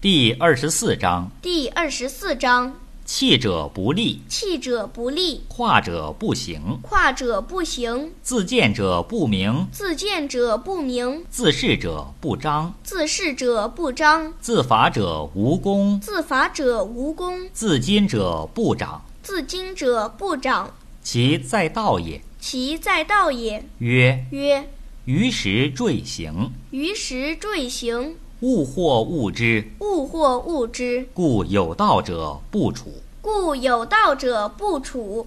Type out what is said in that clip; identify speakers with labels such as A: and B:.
A: 第二十四章：
B: 第二十四章：
A: 气者不立，
B: 气者不立，
A: 跨者不行，
B: 跨者不行，
A: 自见者不明，
B: 自见者不明，
A: 自是者不彰，
B: 自是者不彰，
A: 自伐者无功，
B: 自伐者无功，
A: 自矜者不长。
B: 自矜者不长，
A: 其在道也。
B: 其在道也。
A: 曰：
B: 曰：
A: 于时坠行，
B: 于时坠行，
A: 物或物之，
B: 物或物之，
A: 故有道者不处。
B: 故有道者不处。